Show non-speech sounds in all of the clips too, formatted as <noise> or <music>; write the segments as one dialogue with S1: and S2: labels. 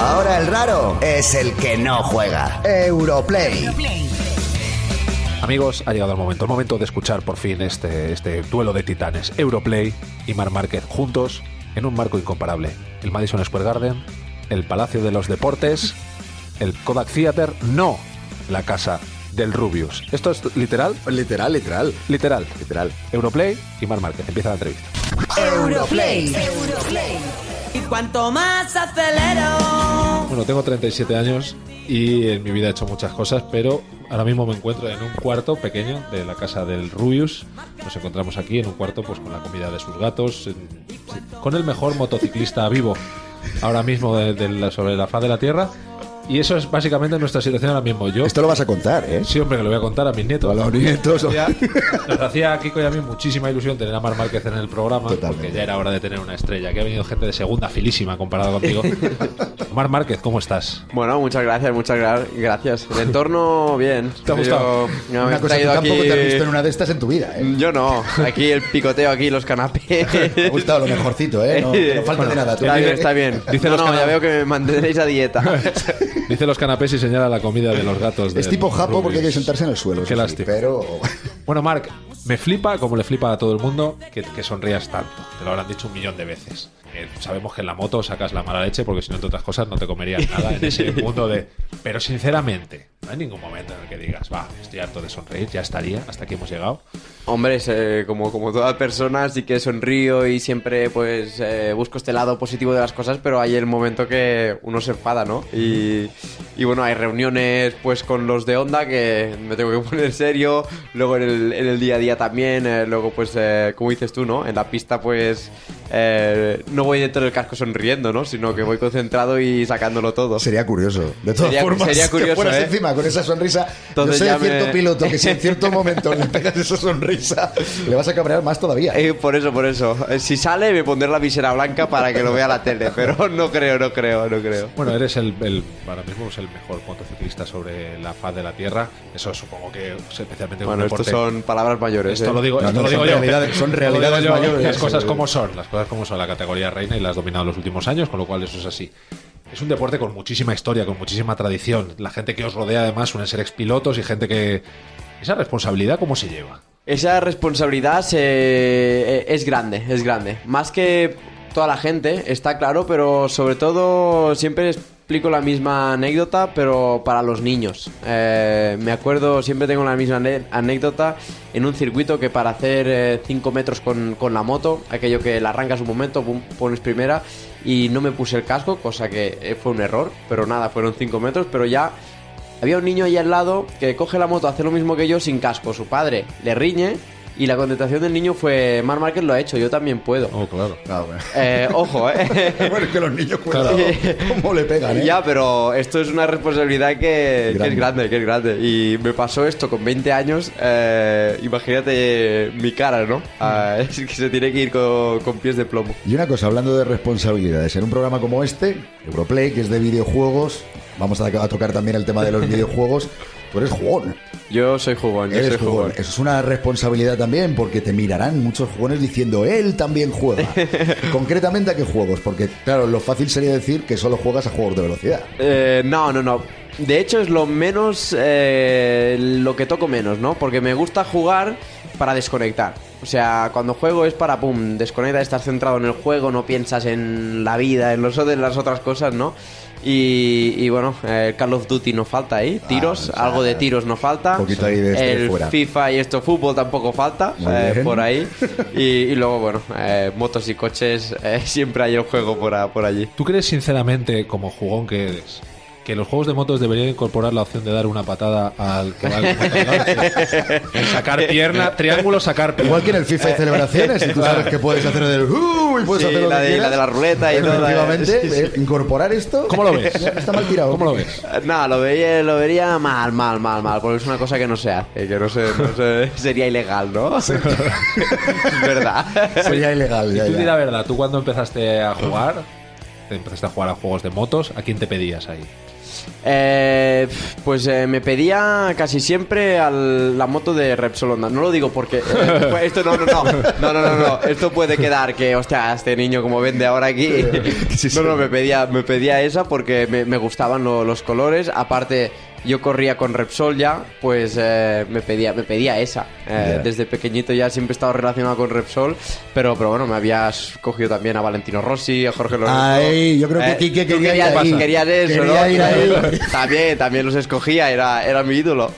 S1: Ahora el raro es el que no juega. Europlay.
S2: Amigos, ha llegado el momento, el momento de escuchar por fin este, este duelo de titanes. Europlay y Mar Márquez juntos en un marco incomparable. El Madison Square Garden, el Palacio de los Deportes, el Kodak Theater, no la casa del Rubius. Esto es literal,
S3: Literal, literal.
S2: literal.
S3: Literal.
S2: Europlay y Mar Márquez. Empieza la entrevista.
S1: Europlay.
S4: Y cuanto más acelero,
S5: Bueno, tengo 37 años y en mi vida he hecho muchas cosas, pero ahora mismo me encuentro en un cuarto pequeño de la casa del Rubius. Nos encontramos aquí en un cuarto pues con la comida de sus gatos, en- con el mejor motociclista vivo ahora mismo de- de la- sobre la faz de la Tierra. Y eso es básicamente nuestra situación ahora mismo. Yo
S3: Esto lo vas a contar, ¿eh?
S5: siempre que lo voy a contar a mis nietos.
S3: A los nietos.
S5: Nos hacía- Nos hacía a Kiko y a mí muchísima ilusión tener a Mar Márquez en el programa
S3: Totalmente.
S5: porque ya era hora de tener una estrella. Que ha venido gente de segunda filísima
S3: <laughs>
S5: comparado contigo. Mar Márquez, ¿cómo estás?
S6: Bueno, muchas gracias, muchas gra- gracias. El entorno, bien.
S5: ¿Te ha gustado?
S6: Yo, me
S3: Una
S6: habéis
S3: cosa que
S6: traído
S3: tampoco
S6: aquí-
S3: te has visto en una de estas en tu
S6: <laughs>
S3: vida, ¿eh?
S6: Yo no. Aquí el picoteo, aquí
S3: <laughs>
S6: los canapés.
S3: Me ha gustado lo mejorcito, ¿eh? No, que no falta de nada. tú.
S6: Está bien, está bien.
S5: Dicen
S6: no,
S5: los
S6: no, ya
S5: canapés.
S6: veo que me mantendréis
S3: <laughs>
S6: a dieta.
S5: Dice los canapés y señala la comida de los gatos.
S3: Es
S5: del
S3: tipo japo
S5: Rubius.
S3: porque hay que sentarse en el suelo. eso
S5: Qué
S3: sí,
S5: lástima.
S6: <laughs>
S3: Pero...
S5: Bueno, Marc, me flipa, como le flipa a todo el mundo, que, que sonrías tanto. Te lo habrán dicho un millón de veces. Eh, sabemos que en la moto sacas la mala leche porque si no, entre otras cosas, no te comerías nada en ese mundo de... Pero sinceramente, no hay ningún momento en el que digas, va, estoy harto de sonreír, ya estaría, hasta aquí hemos llegado.
S6: Hombre, es, eh, como, como toda persona, sí que sonrío y siempre pues eh, busco este lado positivo de las cosas, pero hay el momento que uno se enfada, ¿no? Y, y bueno, hay reuniones pues con los de Onda que me tengo que <laughs> poner serio, luego en el, en el día a día también, eh, luego pues eh, como dices tú, ¿no? En la pista pues eh, no voy dentro del casco sonriendo, ¿no? Sino que voy concentrado y sacándolo todo.
S3: Sería curioso. De todas
S6: Sería-
S3: formas,
S6: sería
S3: que
S6: curioso,
S3: fueras
S6: ¿eh?
S3: encima con esa sonrisa.
S6: Entonces
S3: yo
S6: ya
S3: sé de cierto
S6: me-
S3: piloto que si en
S6: <laughs>
S3: cierto momento le pegas esa sonrisa, le vas a cabrear más todavía.
S6: Eh, por eso, por eso. Eh, Si sale, me pondré la visera blanca para que lo vea la tele, pero <laughs> no creo, no creo, no creo.
S5: Bueno, eres el, el- ahora mismo es el mejor motociclista sobre la faz de la Tierra. Eso supongo que pues, especialmente con
S6: Bueno,
S5: un
S6: estos
S5: deporte-
S6: son palabras mayores.
S5: Esto
S6: ¿eh?
S5: lo digo,
S3: No,
S5: esto
S3: no,
S5: lo
S3: son
S5: digo yo.
S3: realidades- son
S5: Esto <laughs> lo digo
S3: realidades
S5: yo.
S3: mayores. eh.
S5: Las cosas como son, las cosas como son. La categoría reina y la has dominado en los últimos años, con lo cual eso es así. Es un deporte con muchísima historia, con muchísima tradición. La gente que os rodea además suelen ser expilotos y gente que... ¿Esa responsabilidad cómo se lleva?
S6: Esa responsabilidad se- eh, es grande, es grande. Más que toda la gente, está claro, pero sobre todo siempre explico la misma anécdota, pero para los niños. Eh, me acuerdo, siempre tengo la misma ane- anécdota en un circuito que para hacer 5 metros con, con la moto, aquello que la arrancas un momento, pum, pones primera, y no me puse el casco, cosa que eh, fue un error, pero nada, fueron 5 metros, pero ya había un niño ahí al lado que coge la moto, hace lo mismo que yo sin casco. Su padre le riñe y la contestación del niño fue: Mar Márquez lo ha hecho, yo también puedo.
S5: Oh, claro.
S3: Ah, bueno. <laughs>
S6: Eh, ojo, eh.
S3: Bueno, es que los niños, cuidado, cómo le pegan, ¿eh?
S6: Ya, pero esto es una responsabilidad que, que
S3: Grande.
S6: es grande, que es grande. Y me pasó esto con 20 años. eh, imagínate mi cara, ¿no? Ah, <laughs> es que se tiene que ir con, con pies de plomo.
S3: Y una cosa, hablando de responsabilidades, en un programa como este, Europlay, que es de videojuegos, vamos a, a tocar también el tema de
S6: <laughs>
S3: los videojuegos, tú eres jugón,
S6: Yo soy jugón, yo
S3: eres
S6: soy
S3: jugón.
S6: jugón.
S3: Eso es una responsabilidad también, porque te mirarán muchos jugones diciendo, él también
S6: <laughs>
S3: juega. Concretamente, ¿a qué juegos? Porque, claro, lo fácil sería decir que solo juegas a juegos de velocidad.
S6: Eh, no, no, no. De hecho es lo menos, eh, lo que toco menos, ¿no? Porque me gusta jugar para desconectar. O sea, cuando juego es para, pum, desconecta, estás centrado en el juego, no piensas en la vida, en, los, en las otras cosas, ¿no? Y, y bueno, eh, Call of Duty no falta ahí,
S3: Ah,
S6: tiros,
S3: o sea,
S6: algo de tiros no falta.
S3: un poquito ahí de este
S6: el
S3: fuera.
S6: FIFA y esto fútbol tampoco falta,
S3: Muy
S6: eh,
S3: bien. <laughs>
S6: por ahí. Y, y luego, bueno, eh, motos y coches, eh, <laughs> siempre hay el juego por, a- por allí.
S5: ¿Tú crees sinceramente, como jugón que eres, que los juegos de motos deberían incorporar la opción de dar una patada al que va en
S3: <laughs>
S5: moto delante? Sacar pierna, triángulo, sacar pierna.
S3: Igual que en el FIFA hay celebraciones, y tú sabes que puedes hacer del ¡uh! y puedes
S6: Sí,
S3: hacer lo
S6: la
S3: que
S6: de-
S3: quieras.
S6: la de la ruleta y todo, la de-
S3: Efectivamente,
S6: <laughs> sí, sí.
S3: eh, incorporar esto.
S5: ¿Cómo lo ves?
S3: Está mal tirado.
S5: ¿Cómo lo ves?
S6: No, lo vería, lo vería mal, mal, mal, mal, porque es una cosa que no se hace, que no se, no se- <laughs> sería ilegal, ¿no? <laughs> es verdad.
S3: Sería ilegal. ya,
S5: Tú
S3: ya.
S5: di la verdad, tú cuando empezaste a jugar,
S7: empezaste a jugar a juegos de motos, ¿a quién te pedías ahí?
S6: Eh, pues eh, me pedía casi siempre al- la moto de Repsol Honda. No lo digo porque. eh, pues esto no, no, no. No, no, no, no. Esto puede quedar que, hostia, este niño como vende ahora aquí. No, no, me pedía, me pedía esa porque me, me gustaban lo- los colores. Aparte, yo corría con Repsol ya, pues eh, me, pedía, me pedía esa. Eh,
S8: Ya.
S6: Desde pequeñito ya siempre he estado relacionado con Repsol, pero, pero bueno, me habías cogido también a Valentino Rossi, a Jorge Lorenzo. Eh,
S8: Ay, yo creo que Quique
S6: tú
S8: quería ir
S6: querías,
S8: ahí.
S6: querías eso,
S8: Quería
S6: ¿no?
S8: ir ahí.
S6: También, también los escogía, era, era mi ídolo.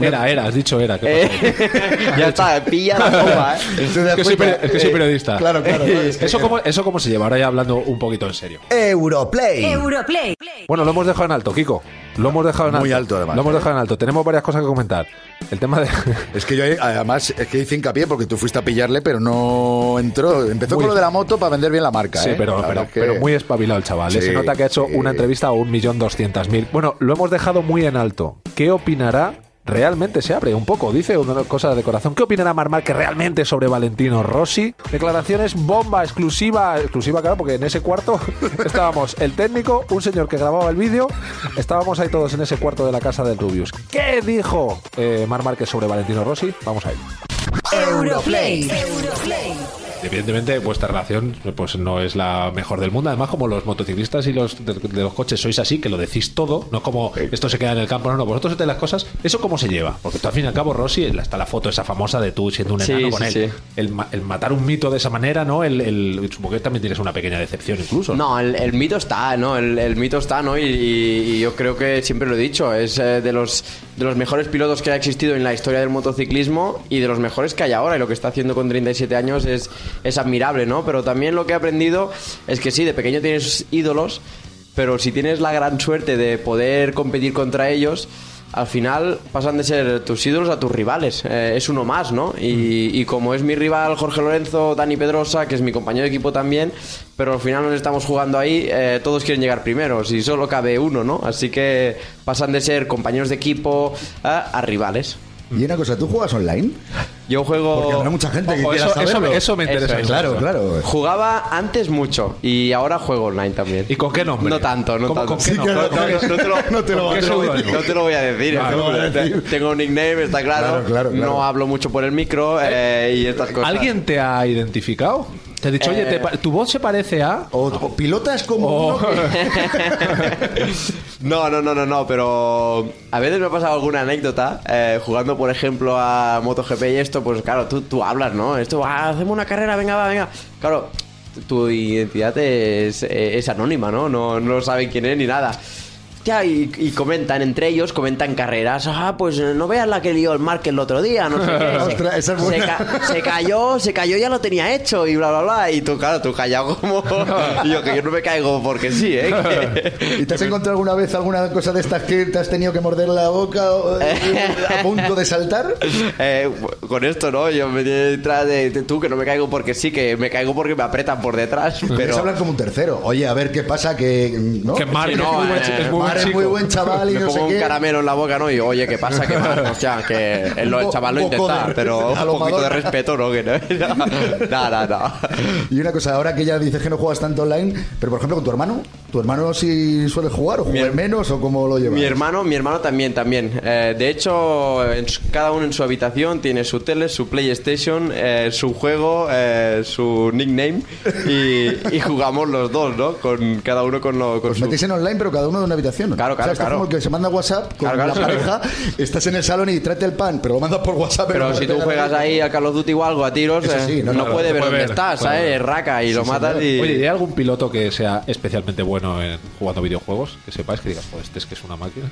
S7: Era, era, has dicho era. ¿qué
S6: Eh,
S7: pasa?
S8: <laughs>
S6: ya está, pilla la bomba, ¿eh?
S8: ¿Te das
S7: Es que soy
S8: cuenta? eh,
S7: peri- es que soy periodista. <laughs>
S8: Claro, claro. claro, es que-
S7: ¿Eso, cómo, ¿Eso cómo se lleva? Ahora ya hablando un poquito en serio.
S3: Europlay.
S4: Europlay.
S5: Bueno, lo hemos dejado en alto, Kiko. Lo hemos dejado en alto.
S9: Muy alto, además.
S5: Lo
S8: eh.
S5: hemos dejado en alto. Tenemos varias cosas que comentar. El tema de.
S7: <laughs>
S9: Es que yo, eh, además, es que hice hincapié porque tú fuiste a pillarle, pero no entró. Empezó
S5: Muy-
S9: con lo de la moto para vender bien la marca.
S5: Sí,
S9: ¿eh?
S5: pero,
S9: La
S5: pero,
S9: verdad es que-
S5: pero muy espabilado el chaval. ¿eh?
S9: Sí,
S5: Se nota que ha hecho
S9: sí.
S5: una entrevista a un millón doscientas mil. Bueno, lo hemos dejado muy en alto. ¿Qué opinará? Realmente se abre un poco, dice una cosa de corazón. ¿Qué opinará Marmar que realmente sobre Valentino Rossi? Declaraciones bomba, exclusiva, exclusiva, claro, porque en ese cuarto <laughs> estábamos el técnico, un señor que grababa el vídeo, estábamos ahí todos en ese cuarto de la casa del Rubius. ¿Qué dijo eh, Marc Márquez sobre Valentino Rossi? Vamos a ir.
S4: Europlay.
S7: Evidentemente, vuestra relación pues no es la mejor del mundo. Además, como los motociclistas y los de, de los coches sois así, que lo decís todo, no como esto se queda en el campo, no, no, vosotros hacéis las cosas. ¿Eso cómo se lleva? Porque tú, al fin y al cabo, Rossi, el- está la foto esa famosa de tú siendo un
S6: Sí,
S7: enano
S6: sí,
S7: con él.
S6: sí.
S7: El, ma- el matar un mito de esa manera, ¿no? El, el- supongo que también tienes una pequeña decepción, incluso.
S6: No, el, el mito está, ¿no? El, el mito está, ¿no? Y, y- y yo creo que siempre lo he dicho, es eh, de, los, de los mejores pilotos que ha existido en la historia del motociclismo y de los mejores que hay ahora. Y lo que está haciendo con 37 años es, es admirable, ¿no? Pero también lo que he aprendido es que sí, de pequeño tienes ídolos, pero si tienes la gran suerte de poder competir contra ellos, al final pasan de ser tus ídolos a tus rivales. Eh, es uno más, ¿no? Y, y como es mi rival Jorge Lorenzo, Dani Pedrosa, que es mi compañero de equipo también, pero al final nos estamos jugando ahí, eh, todos quieren llegar primeros y solo cabe uno, ¿no? Así que pasan de ser compañeros de equipo eh, a, a rivales.
S8: Y una cosa, ¿tú juegas online?
S6: Yo juego...
S8: Porque habrá mucha gente que
S7: Ojo,
S8: quiera
S7: eso, eso
S8: saberlo.
S7: me, eso me
S6: Eso
S7: interesa.
S6: es.
S8: Claro, claro.
S6: Jugaba antes mucho y ahora juego online también.
S7: ¿Y con qué nombre?
S6: No tanto, no
S7: ¿Cómo-
S6: tanto.
S7: con qué
S6: Sí,
S7: nombre?
S6: claro,
S7: ¿Con
S6: no,
S7: qué-
S6: no te lo-
S7: no te lo- no
S6: ¿con
S7: te
S6: qué
S7: lo voy a
S6: seudónimo?
S7: decir.
S6: No te lo voy a decir.
S7: Claro,
S6: no te lo voy a decir. Tengo un nickname, está claro.
S8: Claro, claro, claro.
S6: No hablo mucho por el micro eh, y estas cosas.
S7: ¿Alguien te ha identificado? Te ha dicho, oye,
S6: Eh, oh,
S7: te pa- tu voz se parece a.
S8: O, o pilotas como
S7: O-
S8: uno que-
S6: No, no, no, no, no, pero a veces me ha pasado alguna anécdota eh, jugando, por ejemplo, a MotoGP y esto, pues claro, tú, tú hablas, ¿no? Esto, va, hacemos una carrera, venga, va, venga. Claro, tu identidad es, eh, es anónima, ¿no? ¿no? No saben quién es ni nada. Ya, y, y comentan entre ellos, comentan carreras. Ah, pues eh, no veas la que lió el Márquez el otro día, no sé qué.
S8: <laughs>
S6: Se-
S8: Ostras, esa es
S6: se,
S8: buena.
S6: ca- se cayó, se cayó, ya lo tenía hecho y bla, bla, bla. Y tú, claro, tú callado
S8: <laughs>
S6: como... y yo, que yo no me caigo porque sí, ¿eh? Que-
S8: ¿Y te has encontrado alguna vez alguna cosa de estas que te has tenido que morder la boca o- eh, a punto de saltar?
S6: Eh, con esto, ¿no? Yo me detrás de, de tú, que no me caigo porque sí, que me caigo porque me apretan por detrás,
S8: Pero...
S6: pero...
S8: hablar como un tercero. Oye, a ver qué pasa, que... ¿no?
S7: Que Marc
S6: Sí, no,
S7: es muy buen,
S6: eh,
S7: chi- es muy buen
S8: Mar es
S7: chico.
S8: muy buen chaval y
S6: Me
S8: no sé
S6: pongo un
S8: qué.
S6: caramelo en la boca, ¿no? Y oye, ¿qué pasa? ¿Qué
S8: <laughs>
S6: pasa? O sea, que el, el
S8: Un
S6: chaval lo
S8: poco
S6: intenta,
S8: de-
S6: pero
S8: a
S6: un
S8: lo
S6: poquito de
S8: Madonna.
S6: respeto, ¿no? Que no, <laughs> no, no, no.
S8: Y una cosa, ahora que ya dices que no juegas tanto online, pero por ejemplo con tu hermano, ¿tu hermano sí suele jugar o juega
S6: her-
S8: menos o cómo lo llevas?
S6: Mi hermano, mi hermano también, también. Eh, de hecho, en su- cada uno en su habitación tiene su tele, su PlayStation, eh, su juego, eh, su nickname y, y jugamos los dos, ¿no? Con cada uno con lo con
S8: Os
S6: su-
S8: metéis en online, pero cada uno de una habitación.
S6: Claro,
S8: O sea,
S6: claro,
S8: estás
S6: claro.
S8: como el que se manda WhatsApp con
S6: Claro, claro.
S8: la pareja, estás en el salón y trate el pan, pero lo mandas por WhatsApp.
S6: Pero
S8: no
S6: si
S8: te
S6: tú
S8: pega
S6: juegas
S8: nadie.
S6: ahí al Call of Duty o algo a tiros,
S8: Eso
S6: eh,
S8: sí, no,
S6: no,
S8: no,
S7: no
S6: puede
S7: te
S6: ver
S7: puede
S6: dónde
S7: ver,
S6: estás,
S7: puede
S6: ¿sabes?
S7: ver.
S6: Raca y lo matas
S8: señor.
S6: y...
S7: Oye, ¿y ¿hay algún piloto que sea especialmente bueno en jugando videojuegos? Que sepáis que digas, joder, este es que es una máquina.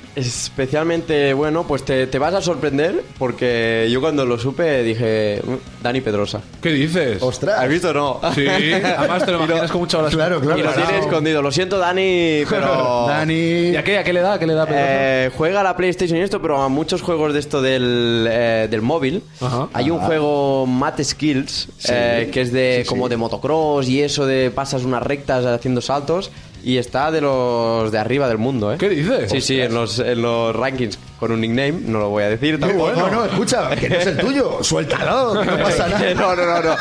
S6: Especialmente, bueno, pues te, te vas a sorprender porque yo cuando lo supe dije, "Mm, Dani Pedrosa.
S7: ¿Qué dices?
S8: Ostras.
S6: ¿Has visto o no? <laughs>
S7: Sí, además te lo imaginas con mucha horas.
S8: Claro, claro.
S6: y lo tiene escondido. Lo siento, Dani,
S7: <laughs>
S6: pero...
S7: ¿Y
S8: <laughs> Dani.
S7: a qué, a qué le da? ¿A qué le da? Pedrosa?
S6: Eh, juega a la PlayStation y esto, pero a muchos juegos de esto del, eh, del móvil.
S7: Ajá.
S6: Hay
S8: Ah.
S6: un juego Mat Skills eh, que es de como de motocross y eso de pasas unas rectas haciendo saltos y está de los de arriba del mundo, ¿eh?
S7: ¿Qué dices?
S6: Sí, sí, en los, en los rankings. por un nickname, no lo voy a decir tampoco.
S8: Bueno,
S6: <laughs>
S8: no, escucha, que no es el tuyo. Suéltalo, que no pasa nada.
S6: no, no, no, no.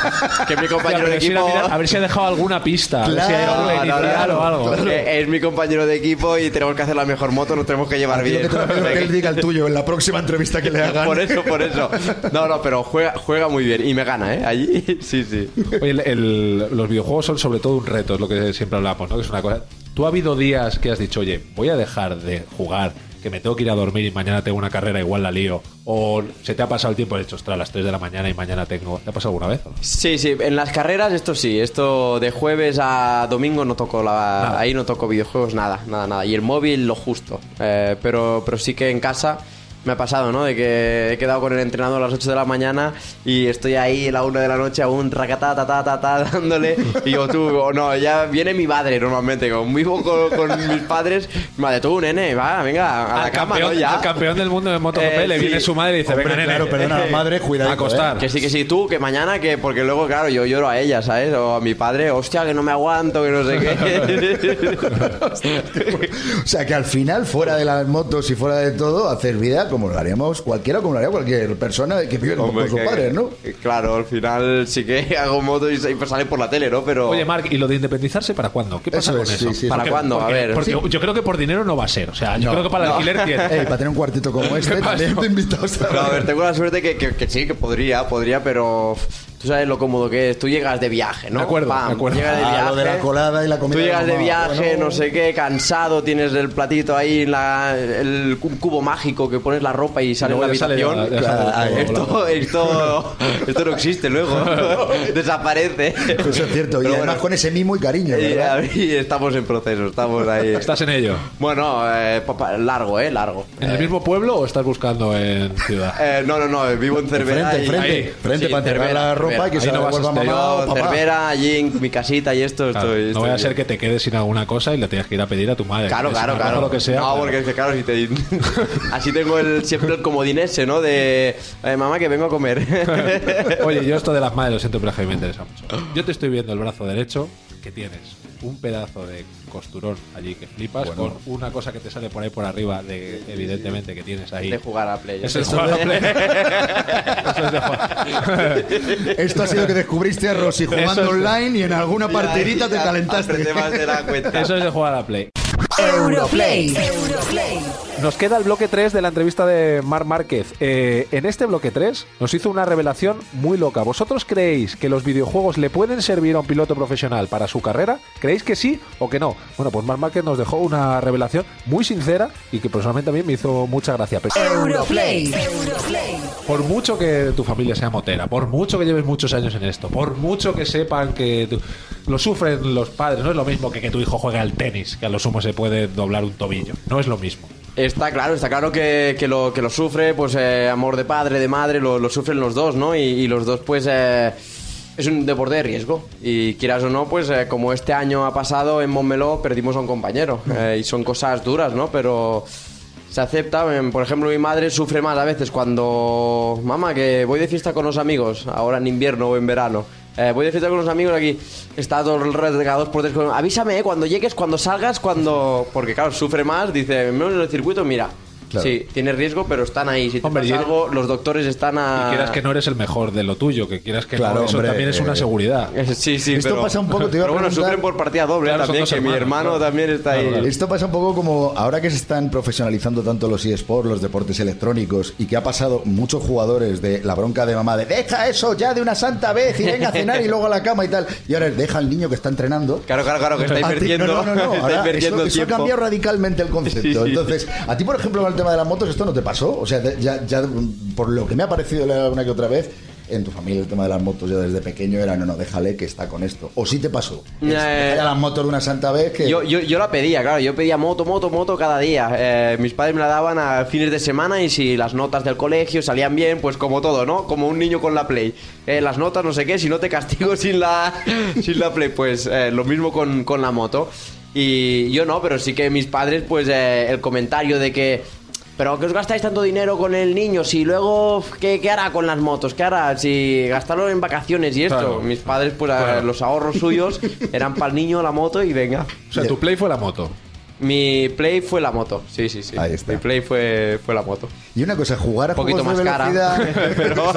S6: Que
S5: <laughs>
S6: mi compañero de
S5: Pero si era
S6: equipo.
S5: mirar- a ver si ha dejado alguna pista. a ver si hay
S8: Claro,
S5: alguna
S6: no, no,
S5: inicial
S6: no.
S5: o algo.
S6: Eh, Es mi compañero de equipo y tenemos que hacer la mejor moto, nos tenemos que llevar
S8: Quiero
S6: bien.
S8: que te lo pido que él diga el tuyo en la próxima entrevista que le hagan.
S6: Por eso, por eso. No, no, pero juega, juega muy bien y me gana, ¿eh? Allí, <laughs> sí, sí.
S5: Oye, el- el- los videojuegos son sobre todo un reto, es lo que siempre hablamos, ¿no? Que es una cosa. ¿Tú ha habido días que has dicho, oye, voy a dejar de jugar, que me tengo que ir a dormir y mañana tengo una carrera, igual la lío? ¿O se te ha pasado el tiempo de hecho, ostras, a las 3 de la mañana y mañana tengo. ¿Te ha pasado alguna vez?
S6: Sí, sí, en las carreras esto sí, esto de jueves a domingo no toco la, ahí no toco videojuegos, nada, nada, nada. Y el móvil lo justo. Eh, pero, pero sí que en casa me ha pasado, ¿no? De que he quedado con el entrenador a las 8 de la mañana y estoy ahí a la 1 de la noche aún racatá, ta, ta, ta, ta, <laughs> dándole. Y yo tú, o no, ya viene mi madre normalmente, como vivo con, con mis padres, madre, tú, nene, va, venga, a la
S5: Al
S6: cama,
S5: campeón,
S6: ¿no? Ya.
S5: al campeón del mundo de MotoGP
S6: Eh,
S5: le
S6: sí.
S5: viene su madre y dice,
S8: Hombre,
S5: venga, nene,
S8: claro, perdona, madre, cuidadito,
S5: A acostar.
S6: Que sí, que sí, tú, que mañana, que porque luego, claro, yo lloro a ella, ¿sabes? O a mi padre, hostia, que no me aguanto, que no sé qué.
S8: ¿eh? O sea que al final, fuera de las motos y fuera de todo, hacer vida como lo haríamos cualquiera, como lo haría cualquier persona que vive con,
S6: Hombre,
S8: con sus
S6: que-
S8: padres, ¿no?
S6: Claro, al final sí que <laughs> hago moto y y sale por la tele, ¿no? Pero.
S5: Oye, Mark, ¿y lo de independizarse para cuándo? ¿Qué pasa
S8: Eso
S5: con
S8: es,
S5: eso?
S8: sí, sí,
S6: ¿Para
S5: Porque-
S6: cuándo? A
S5: porque-
S6: ver.
S5: Porque yo creo que por dinero no va a ser. O sea, yo creo que para el alquiler
S6: <laughs>
S5: tiene.
S8: Ey, para tener un cuartito como este, también te invitamos a...
S6: No, a ver, tengo la suerte que, que- que sí, que podría, podría, pero uf, tú sabes lo cómodo que es. Tú llegas de viaje, ¿no?
S5: De acuerdo,
S6: Pam,
S5: de acuerdo.
S6: Llegas de
S8: Ah,
S6: viaje.
S8: lo de la colada y la comida
S6: Tú llegas de
S8: mamá.
S6: viaje,
S8: Bueno.
S6: no sé qué, cansado, tienes el platito ahí, la, el cu- cubo mágico que pones la ropa y sale en
S5: Luego
S6: la
S5: ya sale
S6: habitación.
S5: ya- ya sale
S8: Claro,
S5: todo volado.
S6: Esto,
S8: <laughs>
S6: esto, esto no existe luego. Desaparece.
S8: Eso Pues es cierto, y
S6: Pero
S8: además
S6: bueno,
S8: con ese mimo y cariño,
S6: y-
S8: ¿verdad?
S6: y estamos en proceso, estamos ahí.
S5: ¿Estás en ello?
S6: Bueno, eh, papá, largo, ¿eh? Largo.
S5: ¿En el mismo pueblo o estás buscando en ciudad?
S6: Eh, no, no, no, vivo en Cervera.
S8: Frente,
S6: y-
S8: frente,
S5: ahí.
S8: frente
S6: Sí,
S8: para entregar
S6: Cervera,
S8: la ropa y
S6: Cervera.
S8: que se
S5: Ahí
S8: la
S5: no vas a
S8: devuelva
S5: estar.
S8: mamá o
S6: Yo,
S8: papá.
S6: Cervera, allí en mi casita y esto,
S5: Claro,
S6: estoy,
S5: no voy a
S6: estoy
S5: ser que te quedes sin alguna cosa y le tengas que ir a pedir a tu madre. <laughs>
S6: Claro,
S5: Que
S6: claro,
S5: si no,
S6: claro.
S5: Lo que sea.
S6: no,
S5: pero-
S6: porque es que claro,
S5: <laughs>
S6: si te... así tengo el, siempre el comodín ese, ¿no? De eh, mamá que vengo
S5: <laughs>
S6: a comer.
S5: Oye, yo esto de las madres lo siento, pero es que me interesa mucho. Yo te estoy viendo el brazo derecho que tienes un pedazo de costurón allí que flipas con una cosa que te sale por ahí por arriba de evidentemente que tienes ahí.
S6: de jugar a Play.
S5: Eso es jugar a Play.
S6: <laughs>
S5: Eso es de jugar.
S8: Esto ha sido que descubriste a Rosy jugando
S5: es-
S8: online y en alguna partidita te
S6: Ya,
S8: calentaste.
S6: aprende más
S8: <laughs>
S6: de la cuenta.
S5: Eso es de jugar a Play.
S3: Europlay.
S4: Nos queda el bloque 3 de la entrevista de Mar Márquez. Eh, en este bloque 3 nos hizo una revelación muy loca. ¿Vosotros creéis que los videojuegos le pueden servir a un piloto profesional para su carrera? ¿Creéis que sí o que no? Bueno, pues Mar Márquez nos dejó una revelación muy sincera y que personalmente a mí me hizo mucha gracia. Pero-
S3: Europlay.
S5: Por mucho que tu familia sea motera, por mucho que lleves muchos años en esto, por mucho que sepan que tu- lo sufren los padres, no es lo mismo que que tu hijo juegue al tenis, que a lo sumo se puede doblar un tobillo. No es lo mismo.
S6: Está claro, está claro que, que lo, que lo sufre, pues eh, amor de padre, de madre, lo, lo sufren los dos, ¿no? Y, y los dos, pues eh, es un deporte de riesgo. Y quieras o no, pues eh, como este año ha pasado en Montmeló, perdimos a un compañero.
S5: Mm.
S6: Eh, y son cosas duras, ¿no? Pero se acepta. Em, Por ejemplo, mi madre sufre más a veces cuando, mamá, que voy de fiesta con los amigos, ahora en invierno o en verano. Eh, voy de fiesta con los amigos aquí. Está todo el rato dos por tres. con- Avísame, eh, cuando llegues, cuando salgas, cuando. Porque, claro, sufre más. Dice, menos en el circuito, mira. Sí, tiene riesgo, pero están ahí. Si te
S5: Hombre,
S6: pasa
S5: y-
S6: algo, los doctores están
S5: Y
S6: a.
S5: quieras que no eres el mejor de lo tuyo, que quieras que
S8: Ah. Claro,
S5: no, eso
S8: hombre,
S5: también es una
S8: eh,
S5: seguridad.
S6: <laughs> Sí, sí,
S8: Esto
S6: pero-
S8: pasa un poco, te iba a
S6: Pero bueno,
S8: preguntar-
S6: sufren por partida doble
S5: Claro, son
S6: también,
S5: dos
S6: que mi
S5: hermanos,
S6: hermano
S5: claro.
S6: también está ahí.
S5: Claro, claro.
S8: Esto pasa un poco como ahora que se están profesionalizando tanto los eSports, los deportes electrónicos y que ha pasado muchos jugadores de la bronca de mamá de deja eso ya de una santa vez y venga a cenar y luego a la cama y tal. Y ahora es, deja al niño que está entrenando.
S6: Claro, claro, claro, que estáis
S8: <laughs> A ti-
S6: perdiendo.
S8: no, no, no,
S6: <laughs>
S8: no,
S6: estáis
S8: ahora
S6: perdiendo
S8: eso, eso ha
S6: tiempo.
S8: cambiado radicalmente el concepto. Entonces, a ti, por ejemplo, con el tema de las motos, esto no te pasó. O sea, de- ya, ya, mm, por lo que me ha parecido leer alguna que otra vez, en tu familia el tema de las motos ya desde pequeño era no, no, déjale que está con esto. O sí te pasó. Es,
S6: Eh,
S8: "Déjale a las motos de una santa vez que.
S6: Yo, yo, yo la pedía, claro, yo pedía moto, moto, moto cada día. Eh, mis padres me la daban a fines de semana y si las notas del colegio salían bien, pues como todo, ¿no? Como un niño con la Play. Eh, las notas, no sé qué, si no te castigo <laughs> sin la, sin la Play, pues eh, lo mismo con, con la moto. Y yo no, pero sí que mis padres, pues eh, el comentario de que pero que os gastáis tanto dinero con el niño, si luego, ¿qué, qué hará con las motos? ¿Qué hará? Si gastarlo en vacaciones y esto.
S5: Claro.
S6: Mis padres, pues a- los ahorros suyos eran para el niño, la moto y venga.
S8: eh,
S5: O sea, tu play fue la moto.
S6: Mi play fue la moto. Sí, sí, sí.
S8: Ahí está.
S6: Mi play fue, fue la moto.
S8: Y una cosa, jugar a
S6: Un poquito
S8: juegos
S6: más
S8: de
S6: cara.
S8: <laughs> velocidad-
S6: <laughs>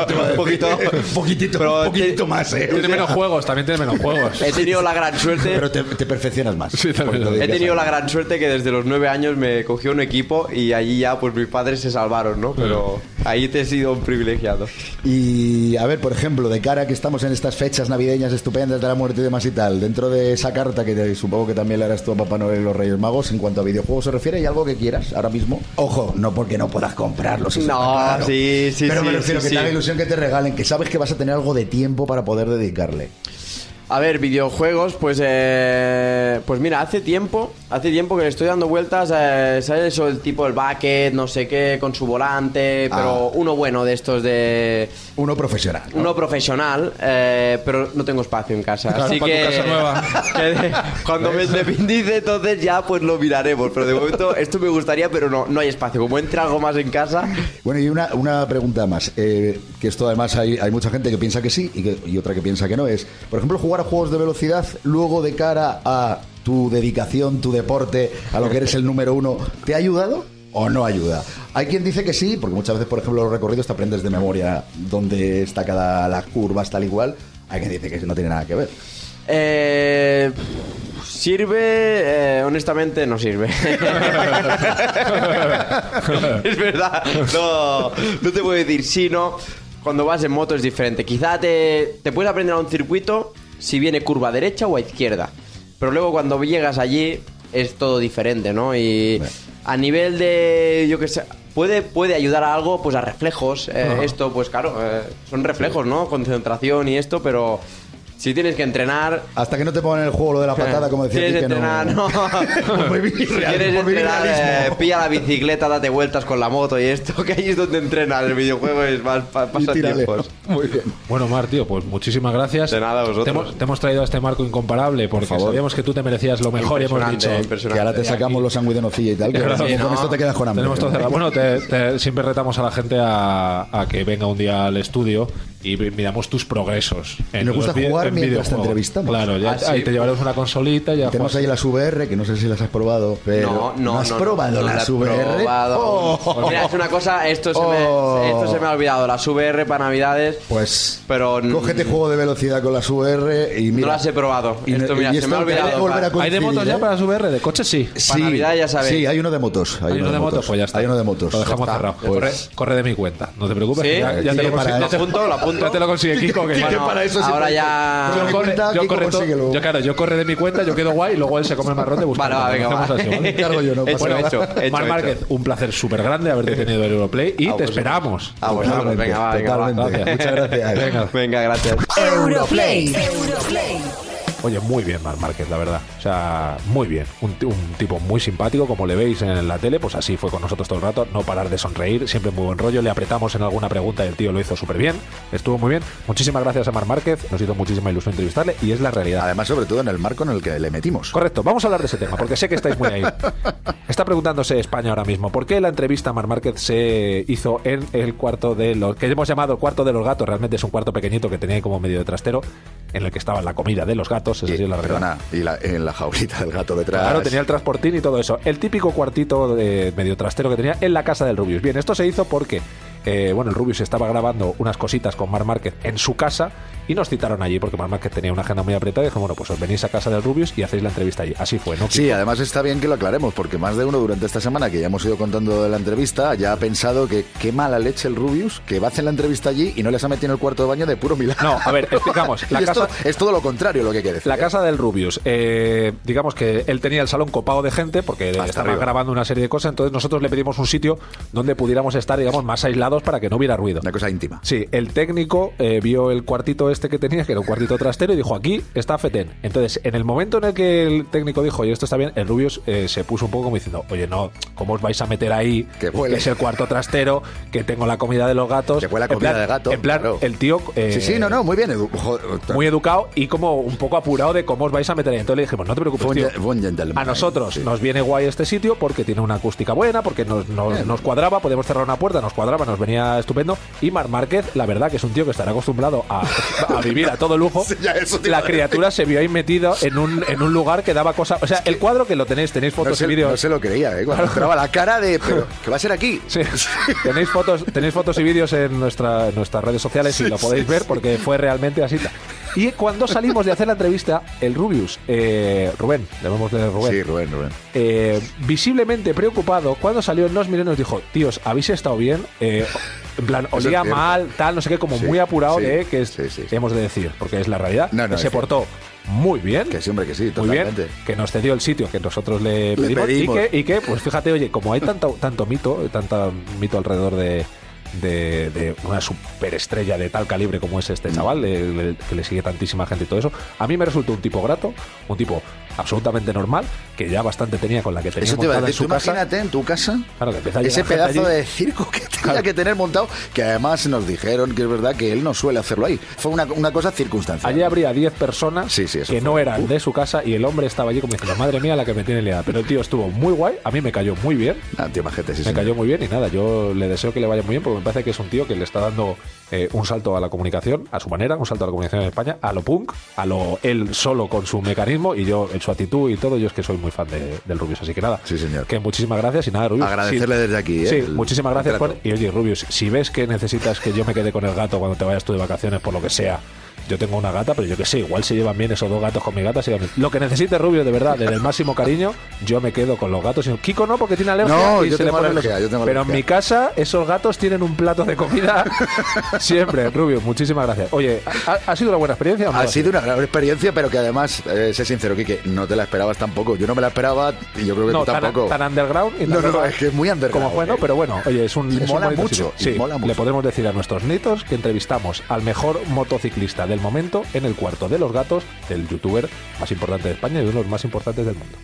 S6: pero un poquito.
S8: <laughs> Un poquitito,
S6: Pero
S8: un
S6: te-
S8: poquitito más, ¿eh?
S5: Tiene
S8: O sea,
S5: menos juegos, también tiene
S8: <laughs>
S5: menos juegos.
S6: He tenido la gran suerte.
S8: Pero te, te perfeccionas más.
S5: Sí, también.
S8: Porque
S6: He
S8: dirías,
S6: tenido la gran suerte que desde los nueve años me cogió un equipo y allí ya pues mis padres se salvaron, ¿no? Pero ahí te he sido un privilegiado.
S8: Y a ver, por ejemplo, de cara a que estamos en estas fechas navideñas estupendas de la muerte y demás y tal, dentro de esa carta que te- supongo que también le harás tú a Papá Noel y los Reyes Magos, en cuanto a videojuegos se refiere, ¿hay algo que quieras ahora mismo? Ojo, no porque no puedas comprarlos. eso
S6: No,
S8: está claro.
S6: sí, sí,
S8: Pero me
S6: sí,
S8: refiero
S6: sí,
S8: que te
S6: sí.
S8: haga ilusión que te regalen, que sabes que vas a tener algo de tiempo para poder dedicarle.
S6: A ver, videojuegos, pues eh, pues mira, hace tiempo, hace tiempo que le estoy dando vueltas, eh, ¿sabes? Eso, el tipo el bucket, no sé qué, con su volante, pero
S8: Ah.
S6: uno bueno de estos de...
S8: Uno profesional. ¿no?
S6: Uno profesional, eh, pero no tengo espacio en casa.
S7: Claro,
S6: así
S7: para
S6: que,
S7: tu casa nueva.
S6: <laughs> que de- cuando me independice, entonces ya pues lo miraremos. Pero de momento esto me gustaría, pero no, no hay espacio. Como entra algo más en casa,
S8: Bueno, y una, una pregunta más, eh, que esto además hay, hay mucha gente que piensa que sí y, que- y otra que piensa que no, es, por ejemplo, jugar a juegos de velocidad luego de cara a tu dedicación, tu deporte, a lo que eres el número uno, ¿te ha ayudado o no ayuda? Hay quien dice que sí, porque muchas veces, por ejemplo, los recorridos te aprendes de memoria dónde está cada la curva, tal y cual. Hay quien dice que no tiene nada que ver.
S6: eh, sirve, eh, honestamente no
S7: <laughs>
S6: sirve. <laughs> es verdad, no, no te puedo decir sí, no. Cuando vas en moto es diferente. Quizá te, te puedes aprender a un circuito si viene curva derecha o a izquierda. Pero luego cuando llegas allí es todo diferente, ¿no? Y a nivel de, yo qué sé, puede, puede ayudar a algo, pues a reflejos. eh, Esto, pues claro, eh, son reflejos, ¿no? Concentración y esto, pero si tienes que entrenar...
S8: Hasta que no te pongan el juego lo de la patada, como decía
S6: Quieres
S8: aquí, que no-
S6: entrenar,
S8: <laughs>
S6: no.
S8: Por vivir
S6: Si
S8: real-
S6: quieres
S8: por vivir
S6: entrenar,
S8: realismo.
S6: eh, pilla la bicicleta, date vueltas con la moto y esto, <laughs> que ahí es donde entrenas. El videojuego es más pa-
S8: Y tírale.
S6: pasatiempos.
S8: Muy bien.
S5: Bueno, Mar, tío, pues muchísimas gracias.
S6: De nada, vosotros.
S5: Te hemos, te hemos traído a este marco incomparable porque
S8: favor.
S5: sabíamos que tú te merecías lo mejor y hemos dicho.
S6: Impresionante, impresionante.
S8: Que ahora te sacamos los sándwiches de nocilla y tal, que ahora
S5: Sí,
S8: mismo
S6: ¿no?
S8: con esto te quedas con hambre.
S5: Tenemos todo cerrado. Bueno, te- te- siempre retamos a la gente a, a que venga un día al estudio y vi- miramos tus progresos. en
S8: Nos gusta
S5: los vi-
S8: jugar
S5: en
S8: mientras te
S5: videojuegos.
S8: entrevistamos.
S5: Claro, ya,
S6: Ah, sí.
S5: ahí te llevaremos una consolita. Ya
S8: Tenemos
S5: juegas.
S8: ahí las VR, que no sé si las has probado, pero
S6: No, no,
S8: has
S6: no, no,
S8: probado
S6: no la
S8: las
S6: he
S8: VR?
S6: probado.
S8: Oh.
S6: Mira, es una cosa, esto se, me,
S8: Oh.
S6: esto se me ha olvidado. Las VR para Navidades
S8: Pues
S6: Pero n-
S8: cógete juego de velocidad con las VR y mira.
S6: no las he probado.
S8: Y-
S6: esto, mira,
S8: y
S6: se me ha
S8: esto hay que
S6: olvidado.
S8: volver a
S6: pa-
S5: ¿Hay de motos
S8: coincidir,
S5: ya
S8: ¿eh?
S5: para su VR? ¿De coches sí?
S8: Sí,
S6: Navidad ya sabes.
S8: Sí, hay uno de motos. Hay,
S5: Hay uno de motos, pues ya está.
S8: Hay uno de motos.
S5: Lo
S8: <laughs>
S5: dejamos
S8: Ya está.
S5: cerrado.
S8: Pues-
S5: Corre, corre de mi cuenta. No te preocupes.
S6: ¿Sí?
S5: que Ya, ya
S8: Sí,
S5: te lo
S8: para
S5: consigue-
S6: Lo
S8: eso.
S5: ya te-
S6: apunto, lo
S5: <laughs>
S6: apunto.
S5: ya te lo consigue Kiko. Que
S8: Sí, que
S5: bueno,
S8: para eso
S6: ahora
S8: siempre-
S6: ya-
S8: Corre de mi
S5: corre-
S8: cuenta,
S5: yo
S8: Kiko,
S5: corre todo-
S8: consíguelo.
S5: yo, claro, yo corre de mi cuenta, yo quedo guay y luego él se come el marrón de buscar.
S6: Vale, va, venga, va.
S8: Me encargo yo, no
S6: <laughs> Hecho,
S8: pasa nada.
S6: hecho, hecho,
S5: Mar
S6: hecho.
S5: Márquez, un placer súper grande haberte tenido en Europlay y
S6: Ah,
S5: te
S6: pues,
S5: esperamos.
S6: Ah, bueno,
S8: Totalmente,
S6: venga, va, venga, va.
S8: totalmente.
S5: Gracias.
S8: Muchas gracias.
S5: Venga.
S6: Venga, gracias.
S4: Europlay.
S5: Oye, muy bien Mar Márquez, la verdad. O sea, muy bien. Un, ti- un tipo muy simpático, como le veis en la tele, pues así fue con nosotros todo el rato. No parar de sonreír, siempre muy buen rollo. Le apretamos en alguna pregunta y el tío lo hizo súper bien. Estuvo muy bien. Muchísimas gracias a Mar Márquez. Nos hizo muchísima ilusión entrevistarle y es la realidad.
S9: Además, sobre todo en el marco en el que le metimos.
S5: Correcto, vamos a hablar de ese tema, porque sé que estáis muy ahí. Está preguntándose España ahora mismo, ¿por qué la entrevista a Mar Márquez se hizo en el cuarto de los... que hemos llamado el cuarto de los gatos, realmente es un cuarto pequeñito que tenía ahí como medio de trastero, en el que estaba la comida de los gatos, esa sí es la verdad.
S9: Perdona, y la, en la jaulita del gato detrás.
S5: Claro, tenía el transportín y todo eso. El típico cuartito de medio trastero que tenía en la casa del Rubius. Bien, esto se hizo porque, eh, bueno, el Rubius estaba grabando unas cositas con Mar Márquez en su casa y nos citaron allí porque Mar Márquez tenía una agenda muy apretada y dijo, bueno, pues os venís a casa del Rubius y hacéis la entrevista allí. Así fue, ¿no?
S9: Sí, además está bien que lo aclaremos, porque más de uno durante esta semana que ya hemos ido contando de la entrevista ya ha pensado que qué mala leche el Rubius, que va a hacer la entrevista allí y no les ha metido en el cuarto de baño de puro milagro.
S5: No, a ver, explicamos. La
S9: <laughs> Y esto-
S5: casa,
S9: es todo lo contrario lo que quiere decir.
S5: la
S9: ¿eh?
S5: casa del Rubius. eh, digamos que él tenía el salón copado de gente porque
S9: Hasta
S5: estaba
S9: arriba.
S5: grabando una serie de cosas, entonces nosotros le pedimos un sitio donde pudiéramos estar, digamos, más aislados para que no hubiera ruido.
S9: Una cosa íntima.
S5: Sí, el técnico eh, vio el cuartito este que tenía, que era un cuartito trastero, y dijo, aquí está Feten. Entonces, en el momento en el que el técnico dijo, oye, esto está bien, el Rubius eh, se puso un poco como diciendo, oye, no, ¿cómo os vais a meter ahí?
S9: Que huele".
S5: es el cuarto trastero, que tengo la comida de los gatos.
S9: Que huele a
S5: En
S9: comida
S5: plan-
S9: de gato,
S5: En plan,
S9: claro.
S5: el tío... eh,
S9: sí, sí, no, no, muy bien, Edu. Joder,
S5: muy educado y como un poco apurado de cómo os vais a meter. ahí. Entonces le dijimos, no te preocupes,
S9: Fue un
S5: tío.
S9: gen- fue un gentleman.
S5: a nosotros
S9: Sí.
S5: nos viene guay este sitio porque tiene una acústica buena, porque nos, nos- nos cuadraba, podemos cerrar una puerta, nos cuadraba, nos venía estupendo. Y Mar Márquez, la verdad que es un tío que estará acostumbrado a, a vivir a todo lujo.
S8: <laughs> Sí, ya eso te iba
S5: la
S8: a decir.
S5: criatura se vio ahí metida en un, en un lugar que daba cosas. O sea, el cuadro que lo tenéis, tenéis fotos
S8: No se,
S5: y vídeos.
S8: no se lo creía, ¿eh? Cuando entraba la cara de.
S5: <laughs>
S8: Pero, ¿Qué va a ser aquí?
S5: Sí. Tenéis fotos, tenéis fotos y vídeos en, nuestra, en nuestras redes sociales y lo podéis ver porque fue realmente así. Y cuando salimos de hacer la entrevista, el Rubius, eh, Rubén, llamémosle Rubén,
S8: Sí, Rubén, Rubén.
S5: eh, visiblemente preocupado, cuando salió nos miró y nos dijo, tíos, ¿habéis estado bien? Eh, en plan,
S8: es
S5: olía
S8: cierto.
S5: mal, tal, no sé qué, como
S8: Sí,
S5: muy apurado
S8: sí,
S5: de que es-
S8: sí, sí.
S5: hemos de decir, porque es la realidad.
S8: No, no,
S5: se
S8: es cierto.
S5: portó muy bien.
S8: Que sí, hombre, que sí,
S5: Muy bien,
S8: totalmente.
S5: que nos cedió el sitio que nosotros le
S8: Le
S5: pedimos,
S8: pedimos.
S5: Y, que, y que, pues fíjate, oye, como hay tanto, tanto mito, tanta mito alrededor de, de, de una superestrella de tal calibre como es
S8: Mm.
S5: este chaval, de- de- que le sigue tantísima gente y todo eso, a mí me resultó un tipo grato, un tipo absolutamente normal, que ya bastante tenía con la que tenía
S8: Eso te iba a
S5: montada en
S8: decir.
S5: su
S8: Tú
S5: casa.
S8: imagínate en tu casa
S5: Claro, que empieza a
S8: ese
S5: llegar gente
S8: pedazo
S5: allí.
S8: de circo que tenía que tener montado, que además nos dijeron que es verdad que él no suele hacerlo ahí. Fue una, una cosa circunstancial.
S5: Allí habría 10 personas
S8: Sí, sí, eso
S5: que
S8: fue.
S5: no eran de su casa y el hombre estaba allí como diciendo, madre mía, la que me tiene liada. Pero el tío estuvo muy guay, a mí me cayó muy bien,
S8: Ah, tío, majete, sí,
S5: me
S8: señor.
S5: cayó muy bien y nada, yo le deseo que le vaya muy bien porque me parece que es un tío que le está dando eh, un salto a la comunicación, a su manera, un salto a la comunicación en España, a lo punk, a lo él solo con su mecanismo y yo en su actitud y todo, yo es que soy muy fan de- del Rubius, así que nada.
S8: Sí, señor.
S5: Que muchísimas gracias y nada, Rubius.
S8: Agradecerle
S5: sí-
S8: desde aquí, ¿eh?
S5: Sí,
S8: el-
S5: muchísimas gracias,
S8: el trato.
S5: Juan. Y oye, Rubius, si ves que necesitas que yo me quede con el gato cuando te vayas tú de vacaciones, por lo que sea. Yo tengo una gata, pero yo que sé, igual se llevan bien esos dos gatos con mi gata. se llevan bien. Lo que necesite Rubius, de verdad, desde el máximo cariño, yo me quedo con los gatos. Y- Kiko no, porque tiene alergia.
S8: No,
S5: y
S8: yo
S5: se le
S8: tengo
S5: ponen los-
S8: alergia, yo tengo
S5: Pero en
S8: alergia.
S5: mi casa, esos gatos tienen un plato de comida
S8: <laughs>
S5: siempre. Rubius, muchísimas gracias. Oye, ¿ha, ha sido una buena experiencia? o no
S8: Ha
S5: lo
S8: sido una gran experiencia, pero que además, eh, sé sincero, Quique, no te la esperabas tampoco. Yo no me la esperaba y yo creo que
S5: no,
S8: tú
S5: tan,
S8: tampoco.
S5: tan underground. y
S8: No,
S5: tampoco-
S8: no, es que es muy underground,
S5: Como bueno,
S8: eh.
S5: pero bueno, oye, es un.
S8: Y
S5: es un
S8: mola
S5: bonito
S8: mucho,
S5: sitio.
S8: y
S5: Sí,
S8: mola
S5: Le
S8: mucho.
S5: podemos decir a nuestros nietos que entrevistamos al mejor motociclista del momento en el cuarto de los gatos, el youtuber más importante de España y uno de los más importantes del mundo.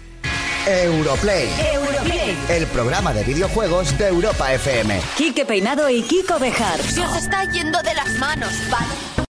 S3: Europlay,
S4: Europlay.
S3: el programa de videojuegos de Europa FM.
S4: Quique Peinado y Kiko Bejar.
S10: Se os está yendo de las manos, ¿vale?